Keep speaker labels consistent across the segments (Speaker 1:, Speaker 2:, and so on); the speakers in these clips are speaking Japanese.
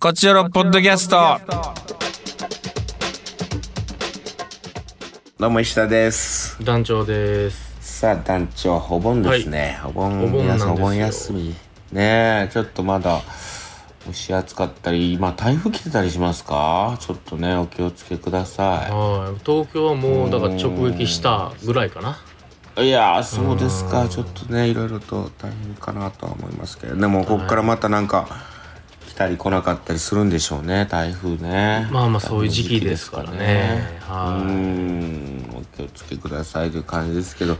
Speaker 1: こちらのポッドキャスト。
Speaker 2: どうも石田です。
Speaker 3: 団長です
Speaker 2: さあ団長お盆ですね。お盆
Speaker 3: お盆な
Speaker 2: 皆
Speaker 3: んです
Speaker 2: さん
Speaker 3: よ
Speaker 2: お盆休みねえちょっとまだ蒸し暑かったり今台風来てたりしますか。ちょっとねお気をつけくださ。
Speaker 3: はい東京はもうだから直撃したぐらいかない
Speaker 2: いやーそうですかちょっとねいろいろと大変かなとは思いますけどでもここからまたなんか来たり来なかったりするんでしょうね台風ね。
Speaker 3: まあまあそういう時期ですからね
Speaker 2: うー
Speaker 3: は
Speaker 2: んお気をつけくださいという感じですけど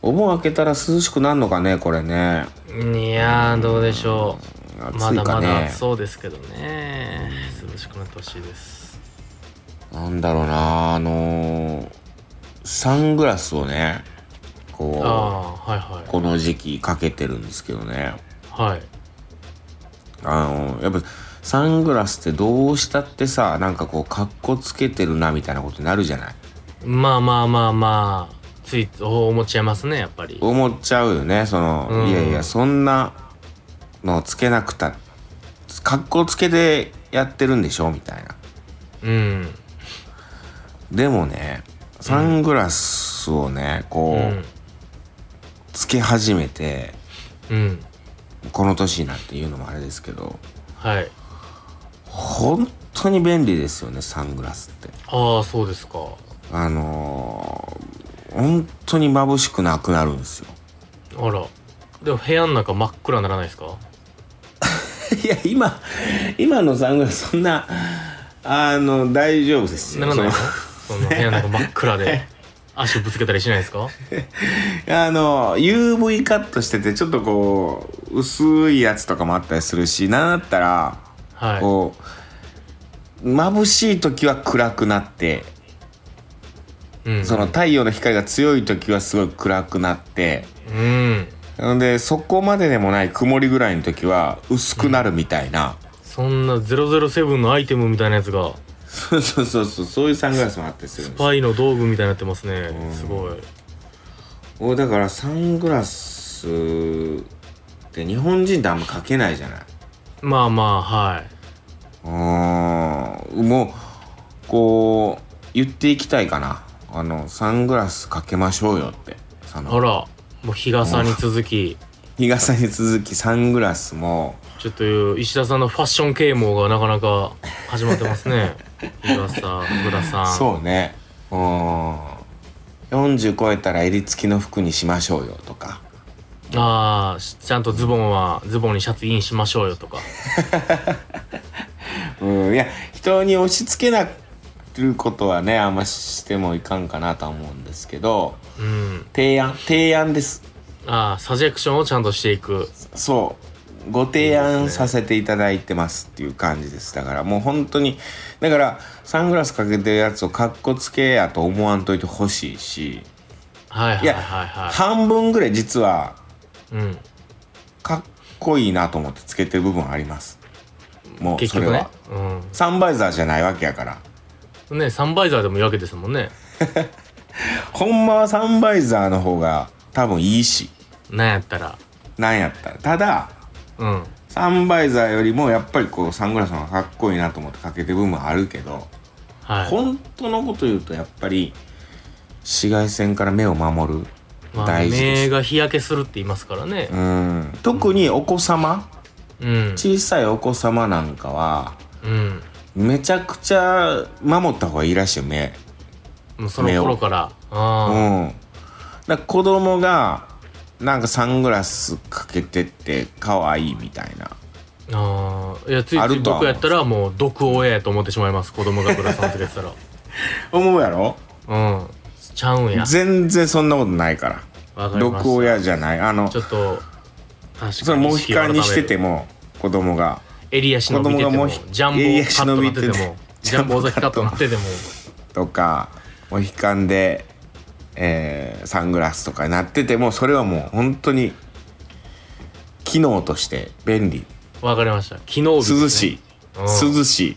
Speaker 2: お盆明けたら涼しくなるのかねこれね
Speaker 3: いいやーどうでしょう
Speaker 2: 暑いか
Speaker 3: ま
Speaker 2: ね
Speaker 3: だまだ暑そうですけどね涼しくなってほしいです
Speaker 2: なんだろうなあのーサングラスをねこ
Speaker 3: ああーは
Speaker 2: う
Speaker 3: い
Speaker 2: この時期かけてるんですけどね
Speaker 3: はいはい
Speaker 2: あのーやっぱサングラスってどうしたってさなんかこうかっこつけてるなみたいなことになるじゃない
Speaker 3: まあまあまあまあついお思っちゃいますねやっぱり
Speaker 2: 思っちゃうよねその、
Speaker 3: うん
Speaker 2: いやいやそんなのつけなくたかっこつけてやってるんでしょみたいな
Speaker 3: うん
Speaker 2: でもねサングラスをね、こ
Speaker 3: う
Speaker 2: う、
Speaker 3: ん
Speaker 2: つけ始めて
Speaker 3: うん
Speaker 2: この年になって言うのもあれですけど
Speaker 3: はい
Speaker 2: 本当に便利ですよねサングラスって
Speaker 3: ああそうですか
Speaker 2: あのー、本当に眩しくなくなるんですよ
Speaker 3: あらでも部屋の中真っ暗にならないですか
Speaker 2: いや今今のサングラスそんなあの大丈夫です
Speaker 3: な
Speaker 2: よ
Speaker 3: らないの
Speaker 2: そ
Speaker 3: その部屋の中真っ暗で足ぶつけたりしないですか
Speaker 2: のあの UV カットしててちょっとこう薄いやつとかもあったりするしなんだったら
Speaker 3: は
Speaker 2: こう眩しい時は暗くなって
Speaker 3: い、うん、
Speaker 2: その太陽の光が強い時はすごい暗くなって
Speaker 3: うん
Speaker 2: なのでそこまででもない曇りぐらいの時は薄くなるみたいな、
Speaker 3: そんな007のアイテムみたいなやつが
Speaker 2: そう そうそうそうそういうサングラスもあったりするん
Speaker 3: ス
Speaker 2: ですよ
Speaker 3: パイの道具みたいになってますねすごい
Speaker 2: おだからサングラスって日本人ってあんまかけないじゃない
Speaker 3: まあまあはいう
Speaker 2: ーんもうこう言っていきたいかなあのサングラスかけましょうよってそ
Speaker 3: あら
Speaker 2: の
Speaker 3: もう日傘に続き
Speaker 2: 日傘に続きサングラスも
Speaker 3: ちょっと石田さんのファッション啓蒙がなかなか始まってますね 日傘福田さん
Speaker 2: そうねうーん40超えたら襟付きの服にしましょうよとか
Speaker 3: ああちゃんとズボンはズボンにシャツインしましょうよとか
Speaker 2: うん、いや人に押し付けなることはねあんましてもいかんかなとは思うんですけど
Speaker 3: うん
Speaker 2: 提案提案です
Speaker 3: ああサジェクションをちゃんとしていく
Speaker 2: そうご提案させていただいてますっていう感じですだからもう本当にだからサングラスかけてるやつをかっこつけやと思わんといてほしいし
Speaker 3: はいはいい
Speaker 2: や、
Speaker 3: はいは、
Speaker 2: 半分ぐらい実はい
Speaker 3: うん、
Speaker 2: かっこいいなと思ってつけてる部分はありますもう
Speaker 3: 結
Speaker 2: それ
Speaker 3: 局
Speaker 2: は、
Speaker 3: ねうん
Speaker 2: サンバイザーじゃないわけやから
Speaker 3: ねサンバイザーでもいいわけですもんね
Speaker 2: ほんまはサンバイザーの方が多分いいし
Speaker 3: なんやったら
Speaker 2: なんやったらただ
Speaker 3: うん
Speaker 2: サンバイザーよりもやっぱりこうサングラスの方がかっこいいなと思ってかけてる部分もあるけど
Speaker 3: はい
Speaker 2: 本当のこと言うとやっぱり紫外線から目を守る
Speaker 3: まあ
Speaker 2: 大事で
Speaker 3: 目
Speaker 2: す、
Speaker 3: が日焼けするって言いますからね
Speaker 2: うん特にお子様
Speaker 3: うん
Speaker 2: 小さいお子様なんかは
Speaker 3: うん
Speaker 2: めちゃくちゃ守った方がいいらしいよ目
Speaker 3: もうその頃からあ
Speaker 2: うん、だから子供がなんかサングラスかけてって可愛いみたいな
Speaker 3: ーあーいやつい
Speaker 2: あ
Speaker 3: つ
Speaker 2: る
Speaker 3: い
Speaker 2: とは
Speaker 3: 僕
Speaker 2: 思う
Speaker 3: やったらもう毒親やと思ってしまいます子供がブラサンつけ てたら
Speaker 2: 思うやろ
Speaker 3: うんちゃうんや
Speaker 2: 全然そんなことないから
Speaker 3: わかりました
Speaker 2: 毒親じゃないあの
Speaker 3: ちょっと確かに
Speaker 2: それモヒカンにしてて
Speaker 3: も
Speaker 2: も子供が
Speaker 3: 襟足伸びてて
Speaker 2: 子供が
Speaker 3: も
Speaker 2: モヒ
Speaker 3: ジャンボ
Speaker 2: 襟
Speaker 3: カ
Speaker 2: 足
Speaker 3: ット
Speaker 2: 伸
Speaker 3: な
Speaker 2: び
Speaker 3: ってて
Speaker 2: て
Speaker 3: てもジャンボ尾崎カットなってても
Speaker 2: とかモヒカンで、えーサングラスとかになっててもそれはもう本当に機能として便利
Speaker 3: わかりました昨日涼
Speaker 2: 涼しい、
Speaker 3: うん
Speaker 2: 涼しい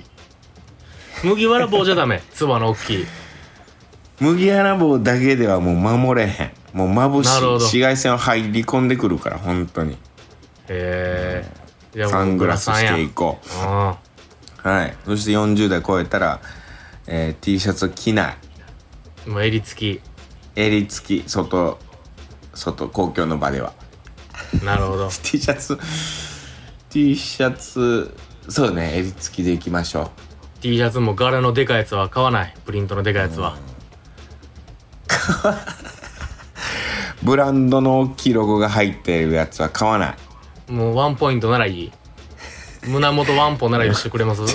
Speaker 3: 麦わら棒じゃ ダメつばの大きい
Speaker 2: 麦わら帽だけではもう守れへんもう眩しい
Speaker 3: なるほど
Speaker 2: 紫外線は入り込んでくるから本当に
Speaker 3: へえいやもう
Speaker 2: サングラスしていこう
Speaker 3: あ
Speaker 2: はいそして40代超えたら、えー T シャツを着ない
Speaker 3: あもう襟付
Speaker 2: 襟付き外外公共の場では
Speaker 3: きなるほど
Speaker 2: T シャツ T シャツそうね襟付きでいきましょう
Speaker 3: T シャツも柄のでかいやつは買わないプリントのでかいやつは
Speaker 2: ブランドの大きいロゴが入ってるやつは買わない
Speaker 3: もうワンポイントならいい胸元ワンポなら許してくれま すわ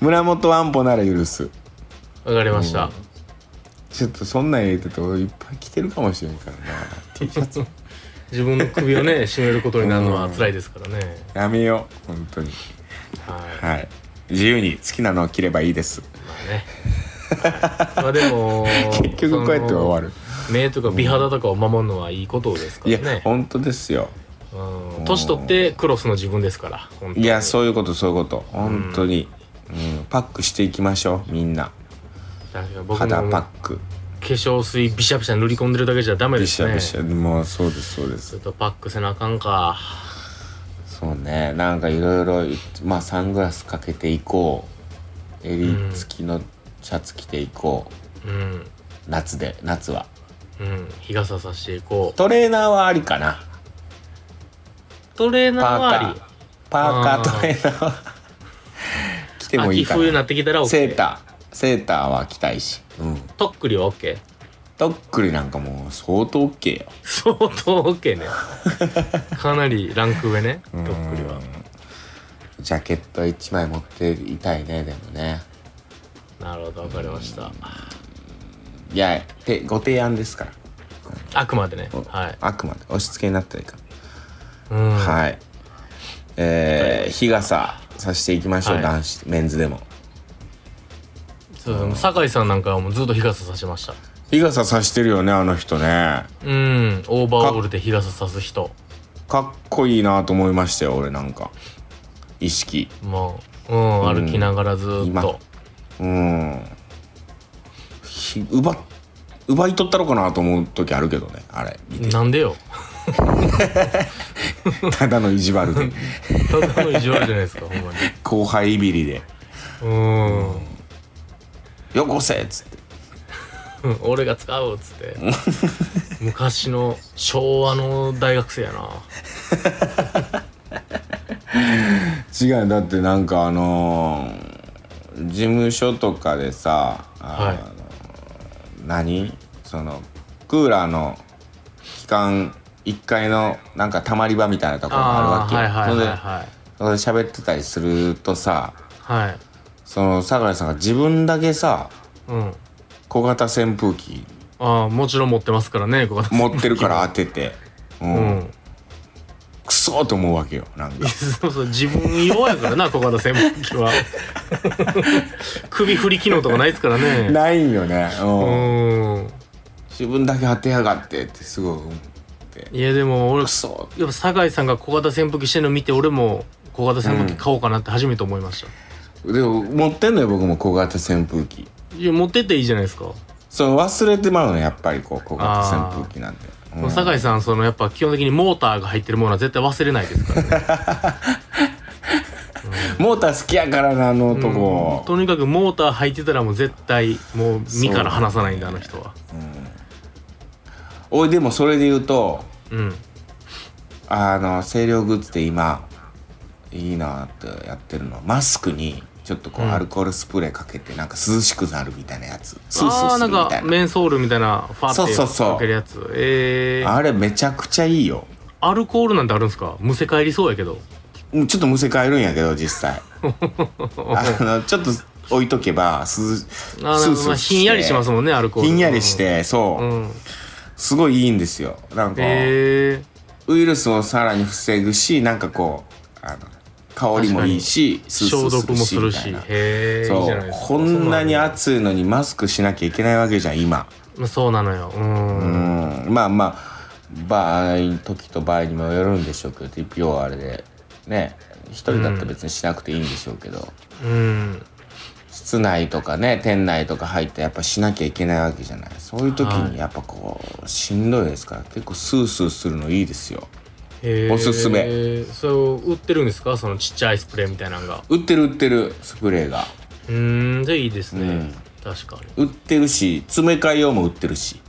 Speaker 2: 村本ワンポなら許す
Speaker 3: かりました
Speaker 2: ちょっとそんなん入れてて俺いっぱい着てるかもしれんからな T シャツ
Speaker 3: 自分の首 をね絞めることになるのは辛いですからね
Speaker 2: やめよう本当に
Speaker 3: はい
Speaker 2: はい自由に好きなのを着ればいいです
Speaker 3: ま あねまあでも
Speaker 2: 結局こうやって終わる
Speaker 3: その目とか美肌とかを守るのはいいことですか
Speaker 2: い
Speaker 3: ら
Speaker 2: や
Speaker 3: ね
Speaker 2: 本当ですよ
Speaker 3: うん年取ってクロスの自分ですから本当
Speaker 2: い
Speaker 3: に
Speaker 2: やそういうことそういうこと本当に、うん、パックしていきましょうみんな
Speaker 3: だから僕
Speaker 2: 肌
Speaker 3: も
Speaker 2: パッ
Speaker 3: 化
Speaker 2: ク
Speaker 3: 粧水ビシャビシャ塗り込んでるだけじゃダメで
Speaker 2: び
Speaker 3: す
Speaker 2: しゃ
Speaker 3: ね
Speaker 2: びしゃもうそうですそうです
Speaker 3: ちょっとパックせなあかんか
Speaker 2: そうねなんかいろいろ言ってまあサングラスかけていこう襟付きのシャツ着ていこう、
Speaker 3: うん
Speaker 2: 夏で夏は
Speaker 3: うん日傘さしていこう
Speaker 2: トレーナーはありかな
Speaker 3: トレーナ
Speaker 2: パーカ
Speaker 3: ーはあ
Speaker 2: ー
Speaker 3: り
Speaker 2: パーカ
Speaker 3: あ
Speaker 2: ー
Speaker 3: ー
Speaker 2: トレーナ ーは着てもいい
Speaker 3: 秋
Speaker 2: か
Speaker 3: 冬に
Speaker 2: な
Speaker 3: なってきたら OK
Speaker 2: セーターセーターは着たいしうん
Speaker 3: とっくりは OK
Speaker 2: とっくりなんかもう相当 OK よ
Speaker 3: 相当 OK ねかなりランク上ねとっくりは
Speaker 2: ジャケット1枚持っていたいねでもね
Speaker 3: なるほどわかりました
Speaker 2: いやてご提案ですから
Speaker 3: あくまでねはい
Speaker 2: あくまで押し付けになったらいいか
Speaker 3: うん
Speaker 2: らはいえー、日傘さしていきましょう、
Speaker 3: はい
Speaker 2: 男子メンズでも
Speaker 3: そうそう酒井さんなんかはもうずっと日傘さしました
Speaker 2: 日傘さしてるよねあの人ね
Speaker 3: うんオーバーオールで日傘さす人
Speaker 2: かっこいいなと思いましたよ俺なんか意識
Speaker 3: もううん歩きながらずーっ
Speaker 2: 今
Speaker 3: と
Speaker 2: うんひ奪っ奪い取ったろかなと思う時あるけどねあれ
Speaker 3: なんでよ
Speaker 2: ただの意地悪で
Speaker 3: ただの意地悪じゃないですかほんまに
Speaker 2: 後輩いびりで
Speaker 3: うん
Speaker 2: 「よこせ!」っつって
Speaker 3: うん俺が使うっつって昔の昭和の大学生やな
Speaker 2: 違うだってなんかあのー事務所とかでさ、あ
Speaker 3: は
Speaker 2: の何そのクーラーの期間1階のなんかたまり場みたいなところがあ
Speaker 3: あ
Speaker 2: る
Speaker 3: あはい
Speaker 2: わ
Speaker 3: は
Speaker 2: けほ
Speaker 3: い
Speaker 2: ん
Speaker 3: は
Speaker 2: で
Speaker 3: いはい
Speaker 2: そこで喋ってたりするとさ
Speaker 3: はい
Speaker 2: その相良さんが自分だけさ
Speaker 3: うん
Speaker 2: 小型扇風機
Speaker 3: ああもちろん持ってますからねここ
Speaker 2: 持ってるから当てて、うん
Speaker 3: うん
Speaker 2: クソと思うわけよなんか
Speaker 3: そうそう自分用やからな小型扇風機は 首振り機能とかないですからね
Speaker 2: ないんよね、
Speaker 3: う
Speaker 2: うん
Speaker 3: ん
Speaker 2: 自分だけ当てやがってってすごい思って
Speaker 3: いやでも俺
Speaker 2: クソ
Speaker 3: やっぱ酒井さんが小型扇風機してるの見て俺も小型扇風機買おうかなって初めて思いました、
Speaker 2: でも持ってんのよ僕も小型扇風機
Speaker 3: いや持ってっていいじゃないですか、
Speaker 2: その忘れてまうのやっぱりこう小型扇風機なんて、うん
Speaker 3: 酒井さんそのやっぱ基本的にモーターが入ってるものは絶対忘れないですからね
Speaker 2: モーター好きやからなあの男、
Speaker 3: とにかくモーター入ってたらもう絶対もう身から離さないんだあの人は
Speaker 2: おいでもそれで言うと
Speaker 3: うん
Speaker 2: あの清涼グッズで今いいなってやってるのマスクにちょっとこうアルコールスプレーかけてなんか涼しくなるみたいなやつ、スースー
Speaker 3: ああ
Speaker 2: す
Speaker 3: な
Speaker 2: る
Speaker 3: ん
Speaker 2: みた
Speaker 3: か
Speaker 2: いな
Speaker 3: メンソールみたいなファーっ
Speaker 2: そうそう
Speaker 3: て
Speaker 2: そう
Speaker 3: かけるやつえー、
Speaker 2: あれめちゃくちゃいいよ
Speaker 3: アルコールなんてあるんですかむせ返りそうやけど
Speaker 2: うんちょっとむせ返るんやけど実 際あのちょっと置いとけばすず
Speaker 3: あ
Speaker 2: スー
Speaker 3: ー
Speaker 2: ス
Speaker 3: ま
Speaker 2: ー
Speaker 3: あひんやりしますもんねアルコール
Speaker 2: ひんやりしてそう、
Speaker 3: うん、うん
Speaker 2: すごいいいんですよなんか、
Speaker 3: えー、
Speaker 2: ウイルスをさらに防ぐしなんかこうあの香りもいいしスース
Speaker 3: 消
Speaker 2: ー
Speaker 3: 毒もするし
Speaker 2: みたいな
Speaker 3: へえいいじゃないですか
Speaker 2: そうこんなに
Speaker 3: そ
Speaker 2: 暑いのにマスクしなきゃいけないわけじゃん今
Speaker 3: うそうなのようん
Speaker 2: う、んまあまあ場合時と場合にもよるんでしょうけど要はあれでね一人だったら別にしなくていいんでしょうけど、
Speaker 3: うん、
Speaker 2: 室内とかね店内とか入ってやっぱしなきゃいけないわけじゃないそういう時
Speaker 3: は
Speaker 2: に
Speaker 3: い
Speaker 2: やっぱこうしんどいですから結構スースーするのいいですよ
Speaker 3: へー
Speaker 2: おすすめ
Speaker 3: それを売ってるんですかそのちっちゃいスプレーみたいなのが
Speaker 2: 売ってる売ってるスプレーが
Speaker 3: うーんじゃあいいですね、
Speaker 2: うん
Speaker 3: 確かに
Speaker 2: 売ってるし詰め替え用も売ってるし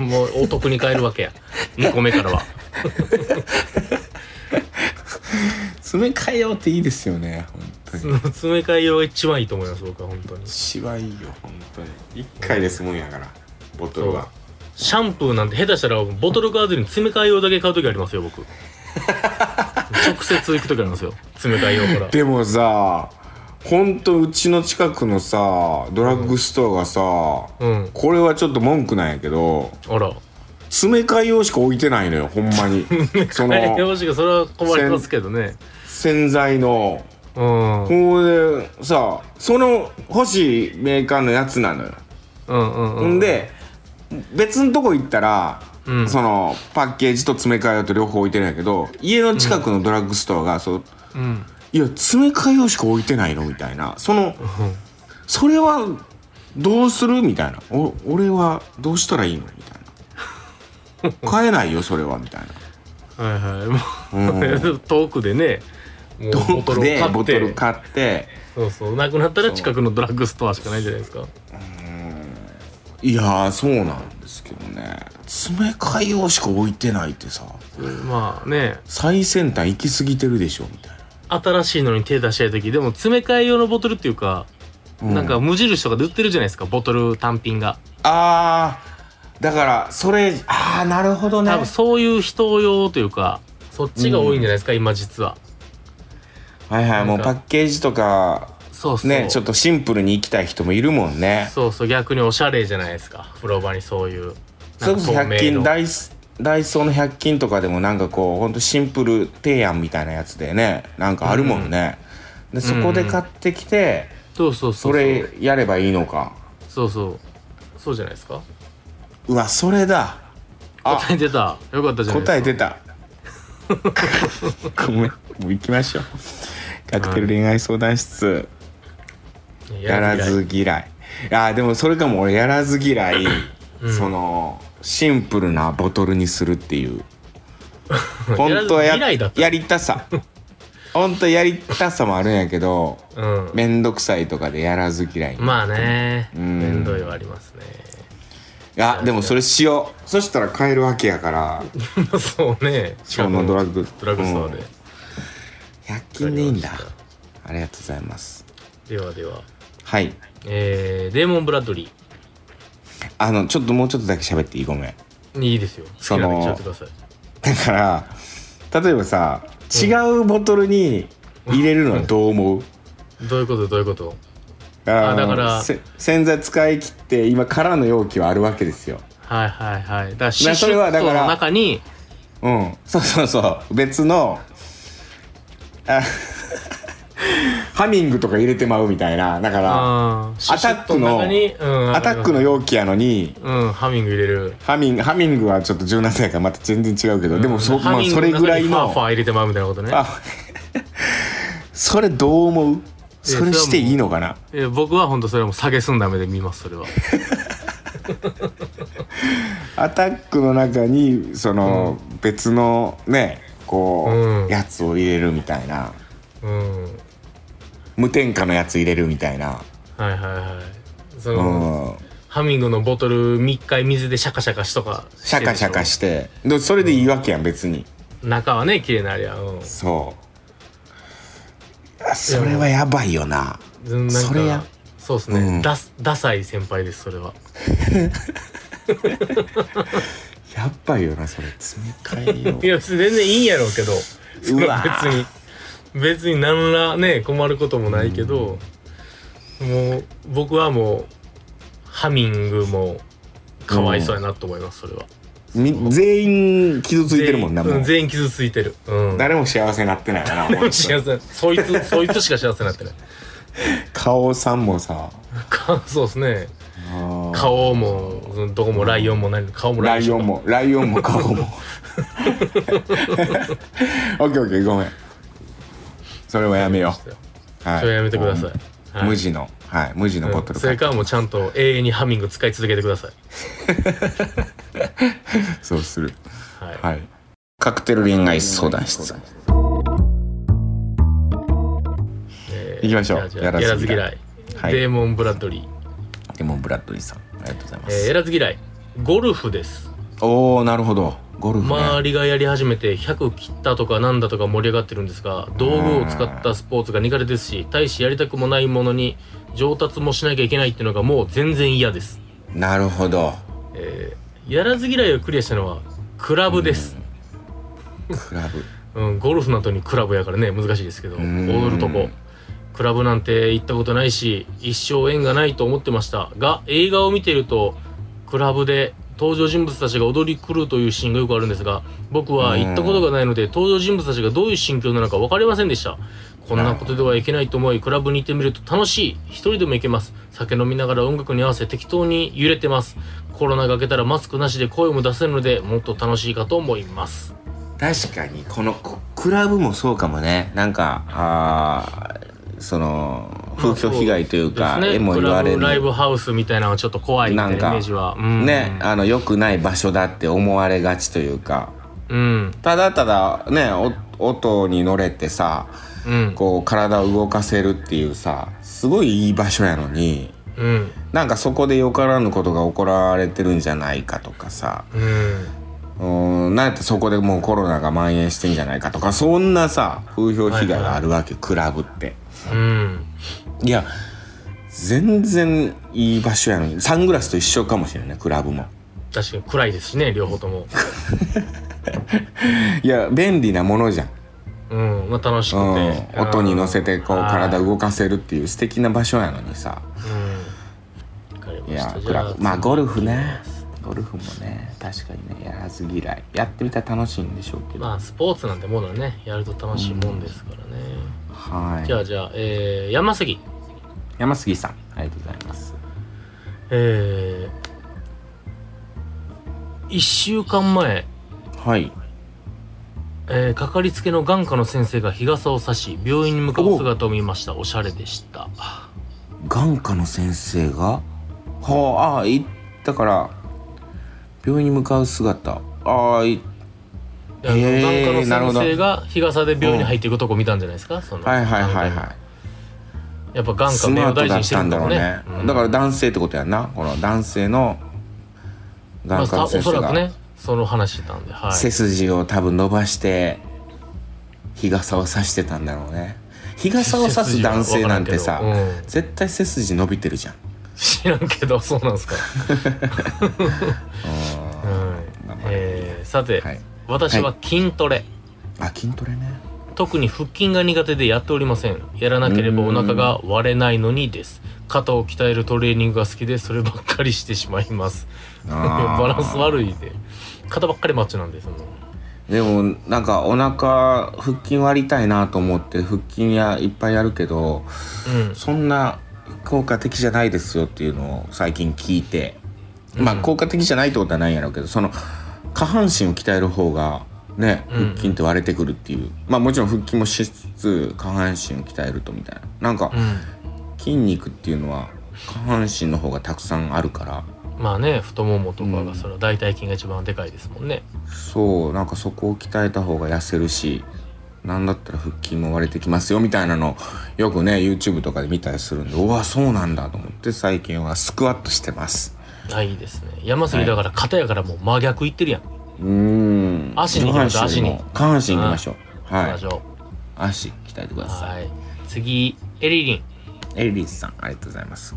Speaker 3: もうお得に 買えるわけや2個目 からは
Speaker 2: 詰め替え用っていいですよね本当に
Speaker 3: その詰め替え用が一番いいと思います僕は本当に
Speaker 2: 芝居よ本当に一回で済むんやからボトルは
Speaker 3: シャンプーなんて下手したらボトル買わずに詰め替え用だけ買う時ありま すよ僕直接行く時ありますよ詰め替え用から
Speaker 2: でもさほんとうちの近くのさドラッグストアがさ、
Speaker 3: うん
Speaker 2: これはちょっと文句なんやけど
Speaker 3: あら
Speaker 2: 詰め替え用しか置いてないのよほんまにそ
Speaker 3: はい
Speaker 2: の
Speaker 3: よしがそれは困りますけどね
Speaker 2: 洗剤の
Speaker 3: うんうん
Speaker 2: ほんでさその欲しいメーカーのやつなのよ、
Speaker 3: うんうん
Speaker 2: ほんで別のとこ行ったら、
Speaker 3: うん
Speaker 2: そのパッケージと詰め替え用と両方置いてるんやけど家の近くのドラッグストアが、そう
Speaker 3: うん
Speaker 2: いや詰め替え用しか置いてないのみたいなそのそれはどうするみたいなお俺はどうしたらいいのみたい な買えないよそれはみたいな
Speaker 3: はいはいもう遠くでねもう
Speaker 2: ボトルでボ
Speaker 3: ボ
Speaker 2: ト
Speaker 3: ト
Speaker 2: ル
Speaker 3: ル買って
Speaker 2: 買って
Speaker 3: そうそうなくなったら近くのドラッグストアしかないじゃないですか
Speaker 2: いやーそうなんですけどね詰め替え用しか置いてないってさ
Speaker 3: まあね
Speaker 2: 最先端行き過ぎてるでしょみたいな
Speaker 3: 新しいのに手出したい時でも詰め替え用のボトルっていうか、
Speaker 2: うん
Speaker 3: なんか無印とかで売ってるじゃないですかボトル単品が
Speaker 2: あーだからそれああなるほどね
Speaker 3: 多分そういう人用というかそっちが多いんじゃないですか、今実は
Speaker 2: はいはいもう
Speaker 3: なん
Speaker 2: パ
Speaker 3: か
Speaker 2: ッケージとか
Speaker 3: そうそう
Speaker 2: ねちょっとシンプルに行きたい人もいるもんね
Speaker 3: そうそう逆におしゃれじゃないですか風呂場にそういう
Speaker 2: それこそ
Speaker 3: なん
Speaker 2: 100
Speaker 3: か透明
Speaker 2: 均
Speaker 3: の
Speaker 2: ダイスダイソーの100均とかでもなんかこうほんとシンプル提案みたいなやつでねなんかあるもんね、でそこで買ってきて、
Speaker 3: そうそうそ
Speaker 2: そうれやればいいのか
Speaker 3: そうそうそうじゃないですか
Speaker 2: うわそれだあ
Speaker 3: 答え出たよかったじゃないですか
Speaker 2: 答え出 たごめんもう行きましょうカクテル恋愛相談室やらず嫌いあーでもそれかも俺やらず嫌い、そのシンプルなボトルにするっていう本当は
Speaker 3: やらず嫌
Speaker 2: や
Speaker 3: いだった
Speaker 2: やりたさ本当はやりたさもあるんやけど
Speaker 3: うん
Speaker 2: めんどくさいとかでやらず嫌いに
Speaker 3: まあね
Speaker 2: うん
Speaker 3: 面倒いはありますね
Speaker 2: あでもそれしようそしたら買えるわけやから
Speaker 3: そうね
Speaker 2: そのドラッグ
Speaker 3: ドラッグストアで、
Speaker 2: うん100均でいいんだありがとうございます
Speaker 3: ではでは
Speaker 2: はい
Speaker 3: えー、レーモン・ブラッドリ
Speaker 2: あのちょっともうちょっとだけ喋っていいごめん
Speaker 3: ーにいいですよ好き
Speaker 2: そ
Speaker 3: な
Speaker 2: の
Speaker 3: の言っちゃってください
Speaker 2: だから例えばさ違うボトルに入れるのはどう思う、
Speaker 3: どういうことどういうこと
Speaker 2: あの
Speaker 3: だから
Speaker 2: せ洗剤使い切って今空の容器はあるわけですよ
Speaker 3: はいはいはいだからシュ
Speaker 2: そ
Speaker 3: シ
Speaker 2: れ
Speaker 3: ュ
Speaker 2: は
Speaker 3: ッ
Speaker 2: だ
Speaker 3: と
Speaker 2: から
Speaker 3: の中に
Speaker 2: うんそうそうそう別のあハミングとか入れてまうみたいなだから
Speaker 3: あー
Speaker 2: アタックの
Speaker 3: シュシュッと中にうん
Speaker 2: アタックの
Speaker 3: よ
Speaker 2: 容器やのに
Speaker 3: うんハミング入れる
Speaker 2: ハミングハミングはちょっと柔軟性やからまた全然違うけど、でもそ,、まあ、それぐらい
Speaker 3: ハミング中にファー
Speaker 2: の
Speaker 3: ファー入れてまうみたいなことね
Speaker 2: あそれどう思うそれしていいのかな
Speaker 3: えー僕は本当それはもう下げすんだ目で見ます それは
Speaker 2: アタックの中にその別のねこう、
Speaker 3: うん
Speaker 2: やつを入れるみたいな
Speaker 3: うんはい
Speaker 2: 無添加のやつ入れるみたいな、
Speaker 3: はいはいそうの、
Speaker 2: ん、
Speaker 3: ハミングのボトル3日水でシャカシャカしとか
Speaker 2: シャカシャカ
Speaker 3: し
Speaker 2: してでそれでいいわけやん別に
Speaker 3: てるでしょ中はね綺麗なありゃうん
Speaker 2: そういやそれはやばいよな
Speaker 3: うんなんか
Speaker 2: それや
Speaker 3: そうです
Speaker 2: う
Speaker 3: ね、
Speaker 2: ん
Speaker 3: ダスダサい先輩ですそれは
Speaker 2: やばいよなそれ詰め替えよ
Speaker 3: いや全然いいんやろうけどそれ
Speaker 2: うわ
Speaker 3: は別
Speaker 2: ー
Speaker 3: に別に何らね困ることもないけど、もう僕はもうハミングもかわいそうやなと思います、それは
Speaker 2: み全員傷ついてるもんな
Speaker 3: 全員
Speaker 2: も
Speaker 3: うん
Speaker 2: う
Speaker 3: 全員傷ついてるうん
Speaker 2: 誰も幸せになってないよなもう
Speaker 3: 幸 せそいつそいつしか幸せになってない
Speaker 2: 顔さんもさ
Speaker 3: か そうですね
Speaker 2: うん
Speaker 3: 顔もそのどこもライオンも何も顔も
Speaker 2: ライ
Speaker 3: か
Speaker 2: オンもライオンも顔 もオッケーオッケーごめんそれはやめよう、はい、
Speaker 3: それやめてくださいはい
Speaker 2: 無地のはい無地のボトル
Speaker 3: そ
Speaker 2: 買
Speaker 3: れ
Speaker 2: っ
Speaker 3: からもうちゃんと永遠にハミング使い続けてください
Speaker 2: そうする
Speaker 3: は
Speaker 2: は
Speaker 3: い
Speaker 2: いカクテル恋愛相談室
Speaker 3: え
Speaker 2: 行きましょう
Speaker 3: じゃあじゃあ
Speaker 2: や
Speaker 3: や
Speaker 2: らず嫌い
Speaker 3: らず嫌い。
Speaker 2: はい
Speaker 3: デーモン・ブラッドリー。
Speaker 2: レモンブラッドリーさんありがとうございま
Speaker 3: えー、
Speaker 2: す、
Speaker 3: やらず嫌い。ゴルフです。
Speaker 2: おおなるほどゴルフね、
Speaker 3: 周りがやり始めて100切ったとかなんだとか盛り上がってるんですが道具を使ったスポーツが苦手ですし大してやりたくもないものに上達もしなきゃいけないっていうのがもう全然嫌です、
Speaker 2: なるほど
Speaker 3: えーやらず嫌いをクリアしたのはクラブです、
Speaker 2: クラブ
Speaker 3: うんゴルフの後にクラブやからね難しいですけど
Speaker 2: ん
Speaker 3: 踊るとこクラブなんて行ったことないし一生縁がないと思ってましたが映画を見てるとクラブで登場人物たちが踊り狂うというシーンがよくあるんですが僕は行ったことがないので登場人物たちがどういう心境なのか分かりませんでしたこんなことではいけないと思いクラブに行ってみると楽しい一人でも行けます酒飲みながら音楽に合わせ適当に揺れてますコロナが明けたらマスクなしで声も出せるのでもっと楽しいかと思います
Speaker 2: 確かにこのククラブもそうかもねなんかあーその風評被害というか、
Speaker 3: そうです
Speaker 2: 絵も言われ
Speaker 3: クラブライ
Speaker 2: る
Speaker 3: ブハウスみたいなのはちょっと怖いみた
Speaker 2: な
Speaker 3: いな
Speaker 2: ん
Speaker 3: イ
Speaker 2: か
Speaker 3: メージは。うん
Speaker 2: ね、あの良くない場所だって思われがちというか
Speaker 3: うん。
Speaker 2: ただただねお音に乗れてさ
Speaker 3: うん。
Speaker 2: こう体を動かせるっていうさすごいいい場所やのに
Speaker 3: うん。
Speaker 2: なんかそこでよからぬことが起こられてるんじゃないかとかさ
Speaker 3: うん。
Speaker 2: うーんなんやったらそこでもうコロナが蔓延してんじゃないかとかそんなさ風評被害があるわけ、クラブって。
Speaker 3: うん。
Speaker 2: いや全然いい場所やのにサングラスと一緒かもしれないねクラブも
Speaker 3: 確かに暗いですしね、両方とも。
Speaker 2: いや便利なものじゃん、
Speaker 3: うん。まあ楽しく
Speaker 2: うん、
Speaker 3: て。
Speaker 2: 音に乗せてこう
Speaker 3: はい
Speaker 2: 体動かせるっていう素敵な場所やのにさ
Speaker 3: うん。わかりま
Speaker 2: い
Speaker 3: した。
Speaker 2: や
Speaker 3: じ
Speaker 2: ク
Speaker 3: ゃ
Speaker 2: ラ
Speaker 3: あ
Speaker 2: ブまあゴルフねゴルフもね確かにねやらず嫌いやってみたら楽しいんでしょうけど
Speaker 3: まあスポーツなんてものはね、やると楽しいもんですからね。
Speaker 2: は
Speaker 3: じゃ
Speaker 2: い
Speaker 3: あじゃあ、えー、山崎。
Speaker 2: 山杉さんありがとうございます
Speaker 3: えー、1週間前、
Speaker 2: はい
Speaker 3: えーかかりつけの眼科の先生が日傘を差し病院に向かう姿を見ましたおしゃれでした
Speaker 2: 眼科の先生がはああいだから病院に向かう姿ああい
Speaker 3: であの
Speaker 2: へー
Speaker 3: 眼
Speaker 2: な
Speaker 3: 科
Speaker 2: るほ
Speaker 3: の
Speaker 2: ど
Speaker 3: 先生が日傘で病院に入っていくとこ見たんじゃないですかその
Speaker 2: はいはいはい
Speaker 3: 眼科
Speaker 2: は
Speaker 3: のやっぱ眼
Speaker 2: い。ス
Speaker 3: 科目
Speaker 2: マ
Speaker 3: を
Speaker 2: ート
Speaker 3: 大事
Speaker 2: だ
Speaker 3: に
Speaker 2: っ
Speaker 3: してる
Speaker 2: たん
Speaker 3: ん
Speaker 2: だ
Speaker 3: だ
Speaker 2: ろ
Speaker 3: ろ
Speaker 2: う
Speaker 3: うね
Speaker 2: ね。だから男性ってことやんな。この男性の
Speaker 3: まあ
Speaker 2: 眼科
Speaker 3: さ
Speaker 2: の
Speaker 3: お
Speaker 2: 先
Speaker 3: そ
Speaker 2: 生
Speaker 3: らく
Speaker 2: が
Speaker 3: ねその話してたんではい
Speaker 2: 背筋を多分伸ばして日傘を差してたんだろうね。日傘を差す男性なんてさ
Speaker 3: 背筋はわからんけどうん、
Speaker 2: 絶対背筋伸びてるじゃん。
Speaker 3: 知らんけどそうなんです か、 はいえーさて、
Speaker 2: はい
Speaker 3: 私は筋トレ、
Speaker 2: あ、筋トレね。
Speaker 3: 特に腹筋が苦手でやっておりませんやらなければお腹が割れないのにです肩を鍛えるトレーニングが好きでそればっかりしてしまいます
Speaker 2: あー
Speaker 3: バランス悪いで肩ばっかりマッチョなんでその
Speaker 2: でもなんかお腹腹筋割りたいなと思って腹筋やいっぱいやるけど
Speaker 3: うん
Speaker 2: そんな効果的じゃないですよっていうのを最近聞いてまあ効果的じゃないってことはないんやろうけどその下半身を鍛える方がね
Speaker 3: うん
Speaker 2: 腹筋って割れてくるっていう、まあもちろん腹筋もしつつ下半身を鍛えるとみたいななんか
Speaker 3: う
Speaker 2: 筋肉っていうのは下半身の方がたくさんあるから
Speaker 3: んまあね太ももとかがそれは大腿筋が一番でかいですもんね
Speaker 2: そうなんかそこを鍛えた方が痩せるしなんだったら腹筋も割れてきますよみたいなのよくね YouTube とかで見たりするんでうわそうなんだと思って最近はスクワットしてます
Speaker 3: あいいですね山杉だから肩やからもう真逆いってるやん、行
Speaker 2: うーん
Speaker 3: 足に行きましょ
Speaker 2: 上半
Speaker 3: う
Speaker 2: 身よりも
Speaker 3: 足に
Speaker 2: 下半身いきましょう
Speaker 3: きま
Speaker 2: は
Speaker 3: し
Speaker 2: い
Speaker 3: ょ
Speaker 2: 足鍛えてくだ
Speaker 3: う
Speaker 2: さい
Speaker 3: はい次エリリン
Speaker 2: エリリスさんありがとうございます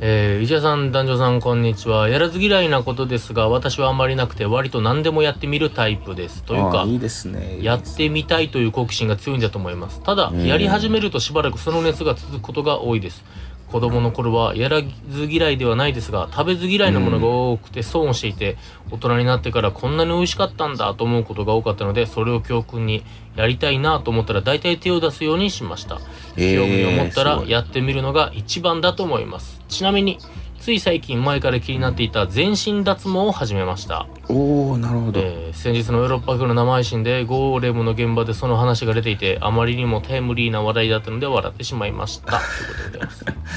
Speaker 3: えー、石田さん、男女さん、こんにちは。やらず嫌いなことですが、私はあんまりなくて、割と何でもやってみるタイプです。という
Speaker 2: あ
Speaker 3: か
Speaker 2: ー、いいですね
Speaker 3: やってみたいという好奇心が強いんだと思います。ただ、やり始めるとしばらくその熱が続くことが多いです。子供の頃はやらず嫌いではないですが、食べず嫌いのものが多くて損をしていて、大人になってからこんなに美味しかったんだと思うことが多かったので、それを教訓にやりたいなと思ったら大体手を出すようにしました。
Speaker 2: えー
Speaker 3: 興味を持った
Speaker 2: す
Speaker 3: ら
Speaker 2: ごい
Speaker 3: やってみるのが一番だと思います。ちなみに、つい最近前から気になっていた全身脱毛を始めました。
Speaker 2: おおなるほど、
Speaker 3: えー先日のヨーロッパ風の生配信でゴーレムの現場でその話が出ていてあまりにもタイムリーな話題だったので笑ってしまいま したということでございます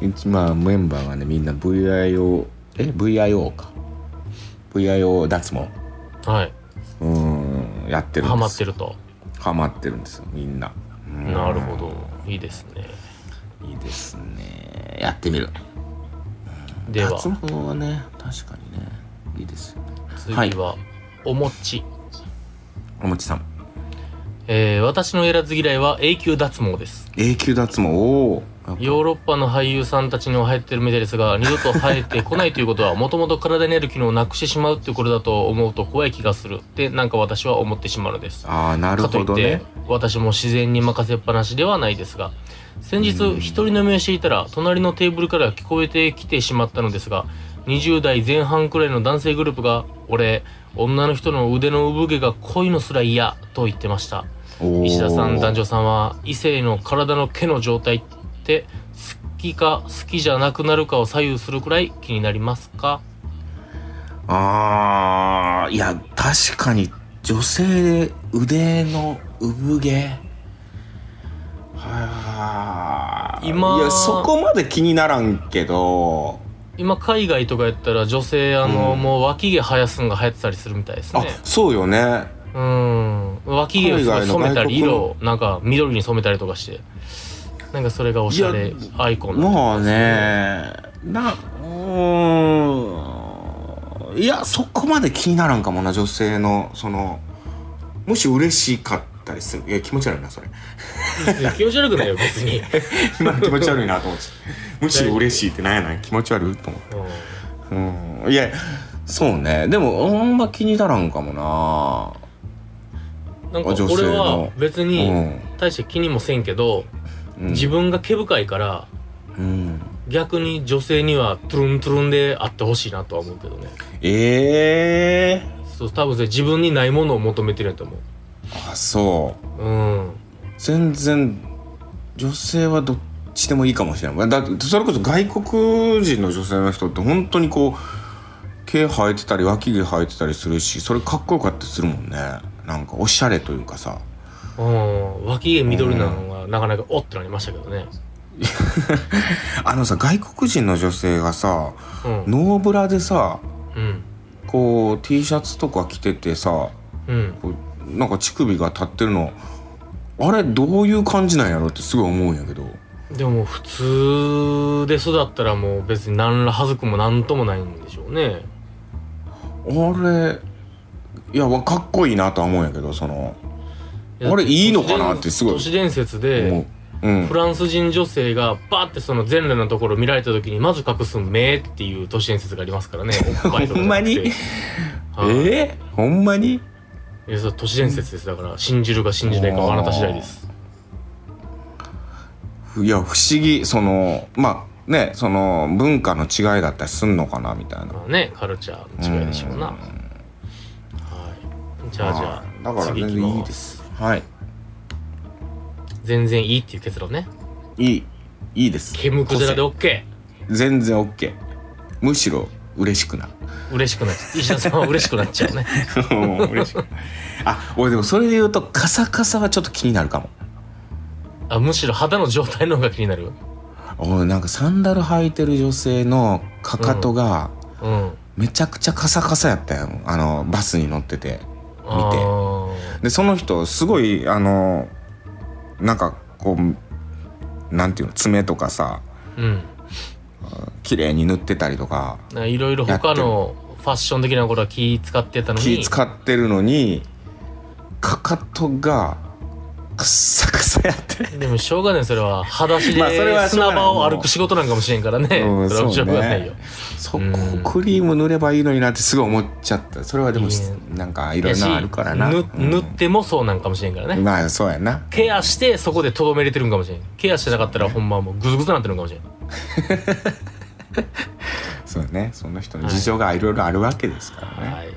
Speaker 2: うちまあメンバーがねみんな VIO え VIO か VIO 脱毛
Speaker 3: はい、
Speaker 2: うーんん、やってるんです
Speaker 3: ハマってると、
Speaker 2: ハマってるんですよみんなうん
Speaker 3: なるほどいいですね
Speaker 2: いいですねやってみる
Speaker 3: では
Speaker 2: 脱毛はね確かにねいいですよね
Speaker 3: 次はお餅、
Speaker 2: おもちさん
Speaker 3: えー私のやらず嫌いは永久脱毛です
Speaker 2: 永久脱毛おお
Speaker 3: ヨーロッパの俳優さんたちには生えてるみたいですが二度と生えてこないということは もともと体にある機能をなくしてしまうってことだと思うと怖い気がするってなんか私は思ってしまうのです
Speaker 2: ああなる
Speaker 3: かとい
Speaker 2: ほ
Speaker 3: っ
Speaker 2: ど
Speaker 3: て
Speaker 2: ね
Speaker 3: 私も自然に任せっぱなしではないですが先日一人飲みをしていたら隣のテーブルから聞こえてきてしまったのですが20代前半くらいの男性グループが「俺女の人の腕の産毛が濃いのすら嫌」と言ってました
Speaker 2: おー
Speaker 3: 石田さん男女さんは異性の体の毛の状態って好きか好きじゃなくなるかを左右するくらい気になりますか
Speaker 2: あーいや確かに女性で腕の産毛はあ
Speaker 3: 今
Speaker 2: いやそこまで気にならんけど、
Speaker 3: 今海外とかやったら女性あの、
Speaker 2: うん
Speaker 3: もう脇毛生やすんが流行ってたりするみたいです
Speaker 2: あ
Speaker 3: ね
Speaker 2: そうよね
Speaker 3: うん脇毛をすごい染めたり
Speaker 2: 海外の
Speaker 3: 色をなんか緑に染めたりとかしてなんかそれがおしゃれ
Speaker 2: いや
Speaker 3: アイコンだ
Speaker 2: もうねなうーんいやそこまで気にならんかもな女性のそのもし嬉しかったりするいや気持ち悪いなそれ
Speaker 3: 気持ち悪くないよ別に、
Speaker 2: 今の気持ち悪いなと 思ってむしろ嬉しいってなんやなん気持ち悪いと思って
Speaker 3: うん
Speaker 2: うんいやそうねでもあんま気にならんかもな
Speaker 3: なんか
Speaker 2: あ女性
Speaker 3: 俺
Speaker 2: の
Speaker 3: は別
Speaker 2: う
Speaker 3: に
Speaker 2: ん
Speaker 3: 大して気にもせんけど、
Speaker 2: うん
Speaker 3: 自分が毛深いから
Speaker 2: うん
Speaker 3: 逆に女性にはトゥルントゥルンであってほしいなとは思うけどね
Speaker 2: ええ
Speaker 3: そう多分それ自分にないものを求めてるんやと思
Speaker 2: ー、あそう
Speaker 3: ううん
Speaker 2: 全然女性はどっちでもいいかもしれないだってそれこそ外国人の女性の人って本当にこう毛生えてたり脇毛生えてたりするしそれかっこよかったりするもんねなんかおしゃれというかさ
Speaker 3: うん脇毛緑なのがなかなかおってなりましたけどね
Speaker 2: あのさ外国人の女性がさ
Speaker 3: うん
Speaker 2: ノーブラでさ
Speaker 3: うん
Speaker 2: こう T シャツとか着ててさ
Speaker 3: うん
Speaker 2: こうなんか乳首が立ってるのあれどういう感じなんやろってすごい思うんやけど
Speaker 3: でも普通で育ったらもう別に何ら恥ずくも何ともないんでしょうね
Speaker 2: あれいやわかっこいいなとは思うんやけどその。あれいいのかなってすごい
Speaker 3: 都市伝説
Speaker 2: 思
Speaker 3: で
Speaker 2: う。うん
Speaker 3: フ。ランス人女性がバーってその全裸のところ見られた時にまず隠す目っていう都市伝説がありま すからねおっぱいとかじゃなくてはい
Speaker 2: えー、ほんまに
Speaker 3: いやそれ都市伝説ですだから信じるか信じないかはあなた次第です
Speaker 2: いや、不思議。その、まあ、ね、その、文化の違いだったりすんのかな、みたいな。
Speaker 3: まあねカルチャーの違いでしょうなはいじゃあじゃ
Speaker 2: だ
Speaker 3: あ
Speaker 2: から
Speaker 3: 次
Speaker 2: 全
Speaker 3: 行き
Speaker 2: 然いい
Speaker 3: ま
Speaker 2: ですす。はい。
Speaker 3: 全然いいっていう結論ね
Speaker 2: いい。いいです。
Speaker 3: 煙くじらで
Speaker 2: 個
Speaker 3: OK
Speaker 2: 性全然 OK。むしろ、嬉しくなる。
Speaker 3: 嬉しくなっちゃう石田さんは嬉しくなっちゃう ね
Speaker 2: うん嬉しくなる。 あ、俺でもそれで言うと、カサカサはちょっと気になるかも。
Speaker 3: あむしろ肌の状態の方が気になる
Speaker 2: 俺なんかサンダル履いてる女性のかかとが、
Speaker 3: うん
Speaker 2: めちゃくちゃカサカサやったよ。あの、バスに乗ってて。
Speaker 3: あー
Speaker 2: でその人すごいあのなんかこうなんていうの爪とかさ
Speaker 3: うん
Speaker 2: 綺麗に塗ってたりとか
Speaker 3: なんかいろいろ他のファッション的なことは気使ってたの
Speaker 2: 気
Speaker 3: に
Speaker 2: 使ってるのにかかとがカッサカサや って。
Speaker 3: でもしょうがないそれは裸足
Speaker 2: まあそれ
Speaker 3: で
Speaker 2: はしょう
Speaker 3: 砂
Speaker 2: がない
Speaker 3: 場を歩く仕事なんかもしれんからね、
Speaker 2: うん
Speaker 3: それはしょうがないよ、
Speaker 2: そこ
Speaker 3: うん
Speaker 2: クリーム塗ればいいのになってすごい思っちゃったそれはでも
Speaker 3: いいね
Speaker 2: なんかいろんなあるからな
Speaker 3: やし
Speaker 2: う
Speaker 3: ぬ
Speaker 2: ん
Speaker 3: 塗ってもそうなんかもしれんからね、
Speaker 2: まあそうやな
Speaker 3: ケアしてそこでとどめれてるんかもしれんケアしてなかったらほんまもうグズグズなってるんかもしれん
Speaker 2: そうやねその人の事情がいろいろあるわけですからね、
Speaker 3: はい
Speaker 2: うん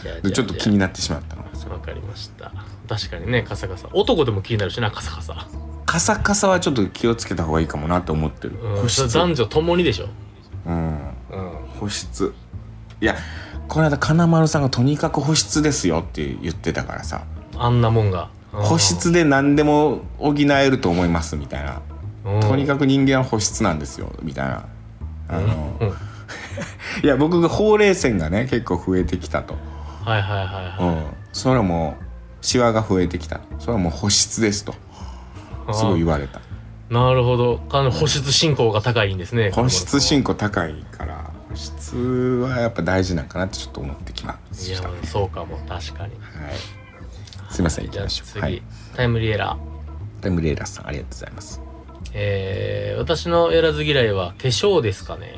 Speaker 3: じゃあ
Speaker 2: でちょっと気
Speaker 3: に
Speaker 2: になってしまったの
Speaker 3: わかりました確かにねカサカサ男でも気になるしなカサカサ、
Speaker 2: カサカサはちょっと気をつけた方がいいかもなって思ってる、
Speaker 3: うん、
Speaker 2: 保
Speaker 3: それ
Speaker 2: 湿
Speaker 3: 男女ともにでしょ、
Speaker 2: うん
Speaker 3: うん、
Speaker 2: 保湿いやこの間金丸さんがとにかく保湿ですよって言ってたからさ
Speaker 3: あんなもんが
Speaker 2: 保湿で何でも補えると思いますみたいなとに
Speaker 3: か
Speaker 2: かく人間は保湿なんですよみたいなあの
Speaker 3: うん
Speaker 2: いや僕がほうれい線がね結構増えてきたと、
Speaker 3: はいはいはいはい、
Speaker 2: うん、それはもうシワが増えてきたそれはもう保湿ですとすごい言われた
Speaker 3: なるほどかなり保湿進行が高いんですね
Speaker 2: 保湿進行高いから保湿はやっぱ大事なんかなってちょっと思ってきま
Speaker 3: い
Speaker 2: し
Speaker 3: や
Speaker 2: た、はい、
Speaker 3: そうかも確かに
Speaker 2: すいません行
Speaker 3: じ
Speaker 2: き
Speaker 3: ゃあ
Speaker 2: ましょう
Speaker 3: 次、
Speaker 2: はい
Speaker 3: タイムリエラー
Speaker 2: タイムレーラーさんありがとうございます
Speaker 3: えー、私のやらず嫌いは化粧ですかね、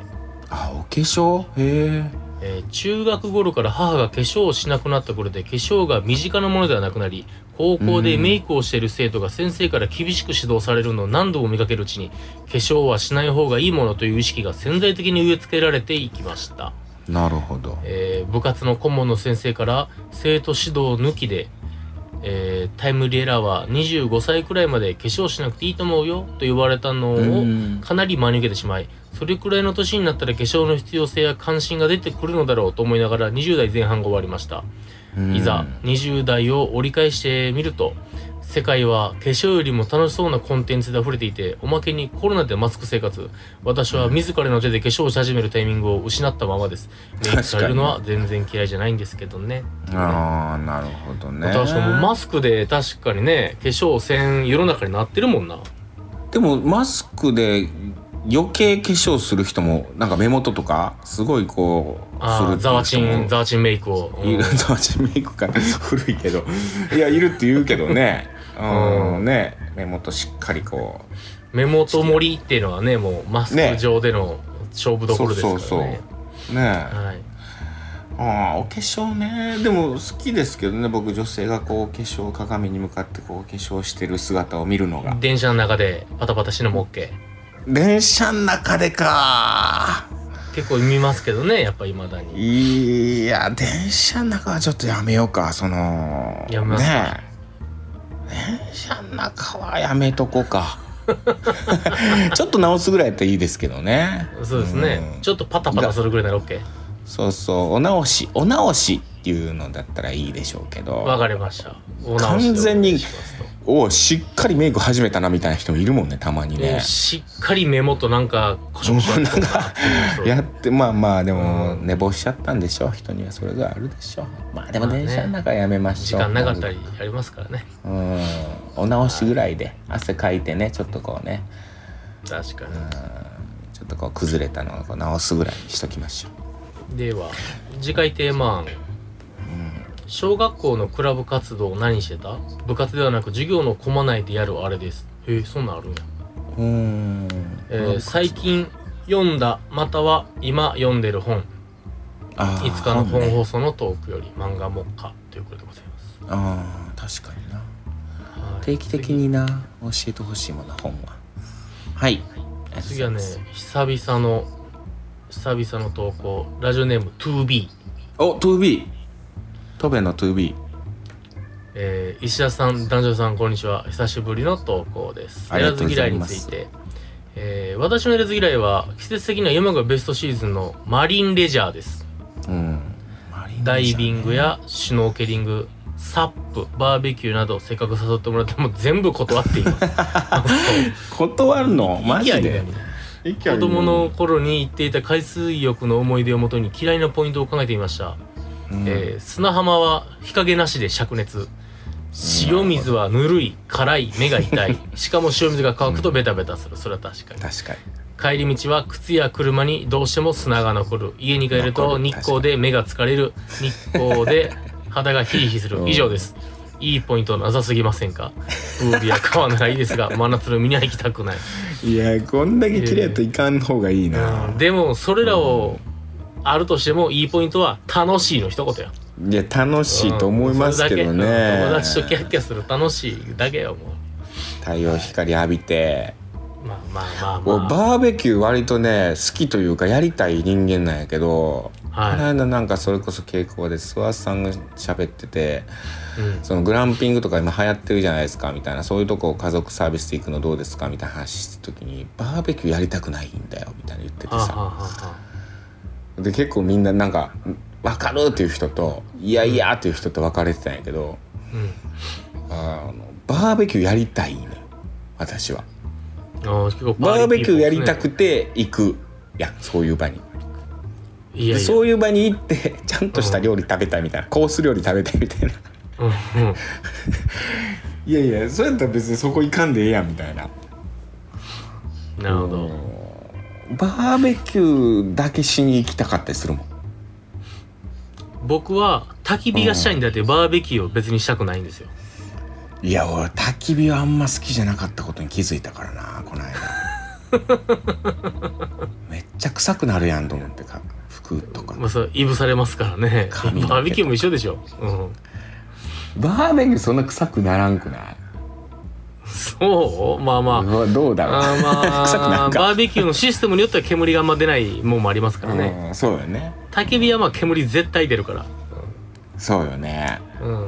Speaker 2: あお化粧へえ
Speaker 3: えー中学頃から母が化粧をしなくなった頃で化粧が身近なものではなくなり高校でメイクをしている生徒が先生から厳しく指導されるのを何度も見かけるうちに化粧はしない方がいいものという意識が潜在的に植え付けられていきました
Speaker 2: なるほど
Speaker 3: えー部活の顧問の先生から生徒指導抜きで、えータイムリエラーは25歳くらいまで化粧しなくていいと思うよと言われたの
Speaker 2: うん
Speaker 3: をかなり真に受けてしまいそれくらいの年になったら化粧の必要性や関心が出てくるのだろうと思いながら20代前半が終わりましたいざ20代を折り返してみると世界は化粧よりも楽しそうなコンテンツで溢れていておまけにコロナでマスク生活私は自らの手で化粧をし始めるタイミングを失ったままですメイクされるのは全然嫌いじゃないんですけどね
Speaker 2: ああなるほどね
Speaker 3: 確かにもうマスクで確かにね化粧せん世の中になってるもんな
Speaker 2: でもマスクで余計化粧する人もなんか目元とかすごいこうす
Speaker 3: あ
Speaker 2: る
Speaker 3: ーザワチンザ
Speaker 2: ワ
Speaker 3: ワチンメイクを、うん
Speaker 2: いるザワチンメイクか 古いけどいやいるって言うけどねうん、ね目元しっかりこ
Speaker 3: 目元盛りっていうのはねもうマスク上での勝負
Speaker 2: う
Speaker 3: どこ
Speaker 2: そ
Speaker 3: ろ
Speaker 2: う
Speaker 3: ですから
Speaker 2: そ
Speaker 3: ね
Speaker 2: うそうね
Speaker 3: はい
Speaker 2: ああお化粧ねでも好きですけどね僕女性がこう化粧鏡に向かってこう化粧してる姿を見るのが
Speaker 3: 電車の中でパタパタしのも OK
Speaker 2: 電車の中でか
Speaker 3: 結構見ますけどねやっぱいまだに
Speaker 2: いや電車の中はちょっとやめようかその
Speaker 3: やめますか
Speaker 2: ねえ電車の中はやめとこう かちょっと直すぐらいだったらいいですけどね
Speaker 3: そうですね
Speaker 2: うん
Speaker 3: ちょっとパタパタするぐらいなら OK
Speaker 2: そうそうお直しお直しっていうのだったらいいでしょうけど
Speaker 3: わかりましたお
Speaker 2: 完全
Speaker 3: お願
Speaker 2: に
Speaker 3: いしますと
Speaker 2: おうしっかりメイク始めたなみたいな人もいるもんねたまに
Speaker 3: も
Speaker 2: ね
Speaker 3: うしっかり目元なんかコショコシ
Speaker 2: な
Speaker 3: ョ
Speaker 2: んか
Speaker 3: そう
Speaker 2: やってまあまあでも
Speaker 3: うん
Speaker 2: 寝坊しちゃったんでしょ人にはそれぞれあるでしょまあでも
Speaker 3: まあね
Speaker 2: 電車の中はやめまし
Speaker 3: 時
Speaker 2: ょう
Speaker 3: 間なかったりありますからね
Speaker 2: うんお直しぐらいで汗かいてねちょっとこうね
Speaker 3: 確か
Speaker 2: ちょっとこう崩れたのをこう直すぐらいにしときましょ
Speaker 3: にでは次回テーマ案小学校のクラブ活動を何してた部活ではなく授業の駒内でやるあれですへえそんなんあるんや
Speaker 2: ううん
Speaker 3: えー最近読んだまたは今読んでる本
Speaker 2: あー
Speaker 3: いつかの
Speaker 2: 本
Speaker 3: 本
Speaker 2: ね
Speaker 3: 放送のトークより漫画もっかということでございます
Speaker 2: あー確かにな
Speaker 3: はい。
Speaker 2: 定期的にな教えてほしいもんな本ははい
Speaker 3: 次はね、久々の、久々の投稿、ラジオネーム 2B。
Speaker 2: お 2B トベの 2B
Speaker 3: えー、石田さん、男女さん、こんにちは。久しぶりの投稿です。
Speaker 2: ありがとうございます
Speaker 3: やらず嫌いについて。えー、私のやらず嫌いは、季節的には今がベストシーズンのマリンレジャーです。
Speaker 2: うん
Speaker 3: ダイビングやシュノーケリング、サップ、バーベキューなど、せっかく誘ってもらっても全部断っています。
Speaker 2: 断るのマジ
Speaker 3: いやいや
Speaker 2: で
Speaker 3: いや子供の頃に行っていた海水浴の思い出をもとに嫌いなポイントを考えてみました、
Speaker 2: うん
Speaker 3: えー砂浜は日陰なしで灼熱塩水はぬるい辛い目が 痛いしかも塩水が乾くとベタベタするそれは確かに
Speaker 2: 確か
Speaker 3: 帰り道は靴や車にどうしても砂が残る家に帰ると
Speaker 2: 残る
Speaker 3: 日光で目が疲れる日光で肌がヒリヒリす
Speaker 2: う
Speaker 3: る
Speaker 2: ん
Speaker 3: 以上ですいいポイントなさすぎませんかプールや川ならいいですが真夏の海には行きたくない
Speaker 2: にいやこんだけ綺麗やといかん方がいいな、
Speaker 3: でもそれらをあるとしてもいいポイントは楽しいの一言よ
Speaker 2: いや楽しいと思いますけど
Speaker 3: うんそれ
Speaker 2: ね、
Speaker 3: だけうん友達とキャッキャする楽しいだけよも
Speaker 2: 太陽光浴びて、
Speaker 3: うまあまあま
Speaker 2: 俺
Speaker 3: あま
Speaker 2: バーベキュー割とね好きというかやりたい人間なんやけど、
Speaker 3: はい
Speaker 2: この間なんかそれこそ稽古場で諏訪さんが喋ってて
Speaker 3: あうん
Speaker 2: そのグランピングとか今流行ってるじゃないですかみたいなそういうとこ家族サービスで行くのどうですかみたいな話してた時にバーベキューやりたくないんだよみたいな言ってて
Speaker 3: はあはあ
Speaker 2: さ
Speaker 3: はあは
Speaker 2: で結構みんななんか「分かる!」っていう人と「いやいや!」っていう人と分かれてたんやけど
Speaker 3: あうん
Speaker 2: あのバーベキューやりたいのよ私は。
Speaker 3: あー結構
Speaker 2: バーベキューやりた
Speaker 3: て
Speaker 2: くて行くいやそういう場に
Speaker 3: いやいや
Speaker 2: そういう場に行ってちゃんとした料理食べたいみたいな、コース料理食べたいみたいな
Speaker 3: うんうん
Speaker 2: いやいやそうやったら別にそこ行かんでええやんみたいな
Speaker 3: なるほど、
Speaker 2: うんバーベキューだけしに行きたかったりするもん
Speaker 3: 僕は焚き火がしたいんだってバーベキューを別にしたくないんですよ
Speaker 2: いや俺焚き火はあんま好きじゃなかったことに気づいたからなこの 間めっちゃ臭くなるやんと思ってか服とか
Speaker 3: まあそういぶされますからね
Speaker 2: 髪の毛とか
Speaker 3: バーベキューも一緒でしょ、うん、
Speaker 2: バーベキューそんな臭くならんくない
Speaker 3: そうまあまあ
Speaker 2: うわどうだろう
Speaker 3: あーま
Speaker 2: 臭くな
Speaker 3: あ
Speaker 2: んか
Speaker 3: バーベキューのシステムによっては煙があんま出ないもんもありますからね、
Speaker 2: うん、そうよね
Speaker 3: 焚き火はまあ煙絶対出るから
Speaker 2: そうよね
Speaker 3: うん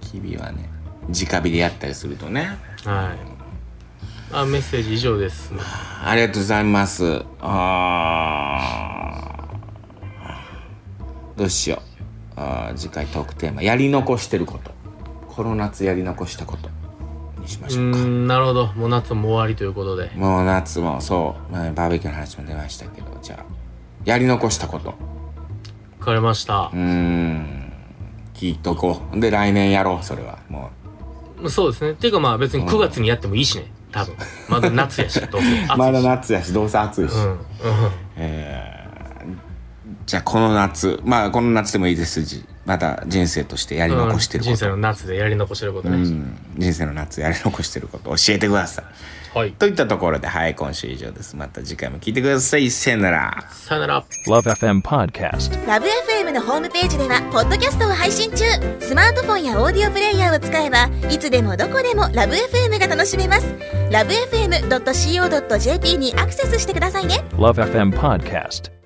Speaker 2: 焚き火はね直火でやったりするとね
Speaker 3: はいあメッセージ以上です
Speaker 2: ありがとうございますあーどうしようあー次回トークテーマやり残してることこの夏やり残したことにしま
Speaker 3: う
Speaker 2: しょうか
Speaker 3: んなるほどもう夏も終わりということで
Speaker 2: もう夏もそう、まあバーベキューの話も出ましたけどじゃあやり残したこと
Speaker 3: 分かりました
Speaker 2: うーん聞いとこうで来年やろうそれはも
Speaker 3: そうですねっていうかまあ別に9月にやってもいいしね多分まだ夏やしどうせ暑いし
Speaker 2: う まだ夏やしどうせ暑いし、
Speaker 3: うんうん
Speaker 2: えーじゃあこの夏まあこの夏でもいいですしまた人生としてやり残してること、
Speaker 3: 人生の夏でやり残してることね、
Speaker 2: うん人生の夏やり残してること教えてください
Speaker 3: はい
Speaker 2: といったところではい今週以上ですまた次回も聞いてくださいさよなら
Speaker 3: さよなら
Speaker 1: Love FM Podcast.
Speaker 4: ラブ f m のホームページではポッドキャストを配信中スマートフォンやオーディオプレイヤーを使えばいつでもどこでもラブ f m が楽しめますラブ FM.co.jp にアクセスしてくださいね
Speaker 1: Love FM Podcast.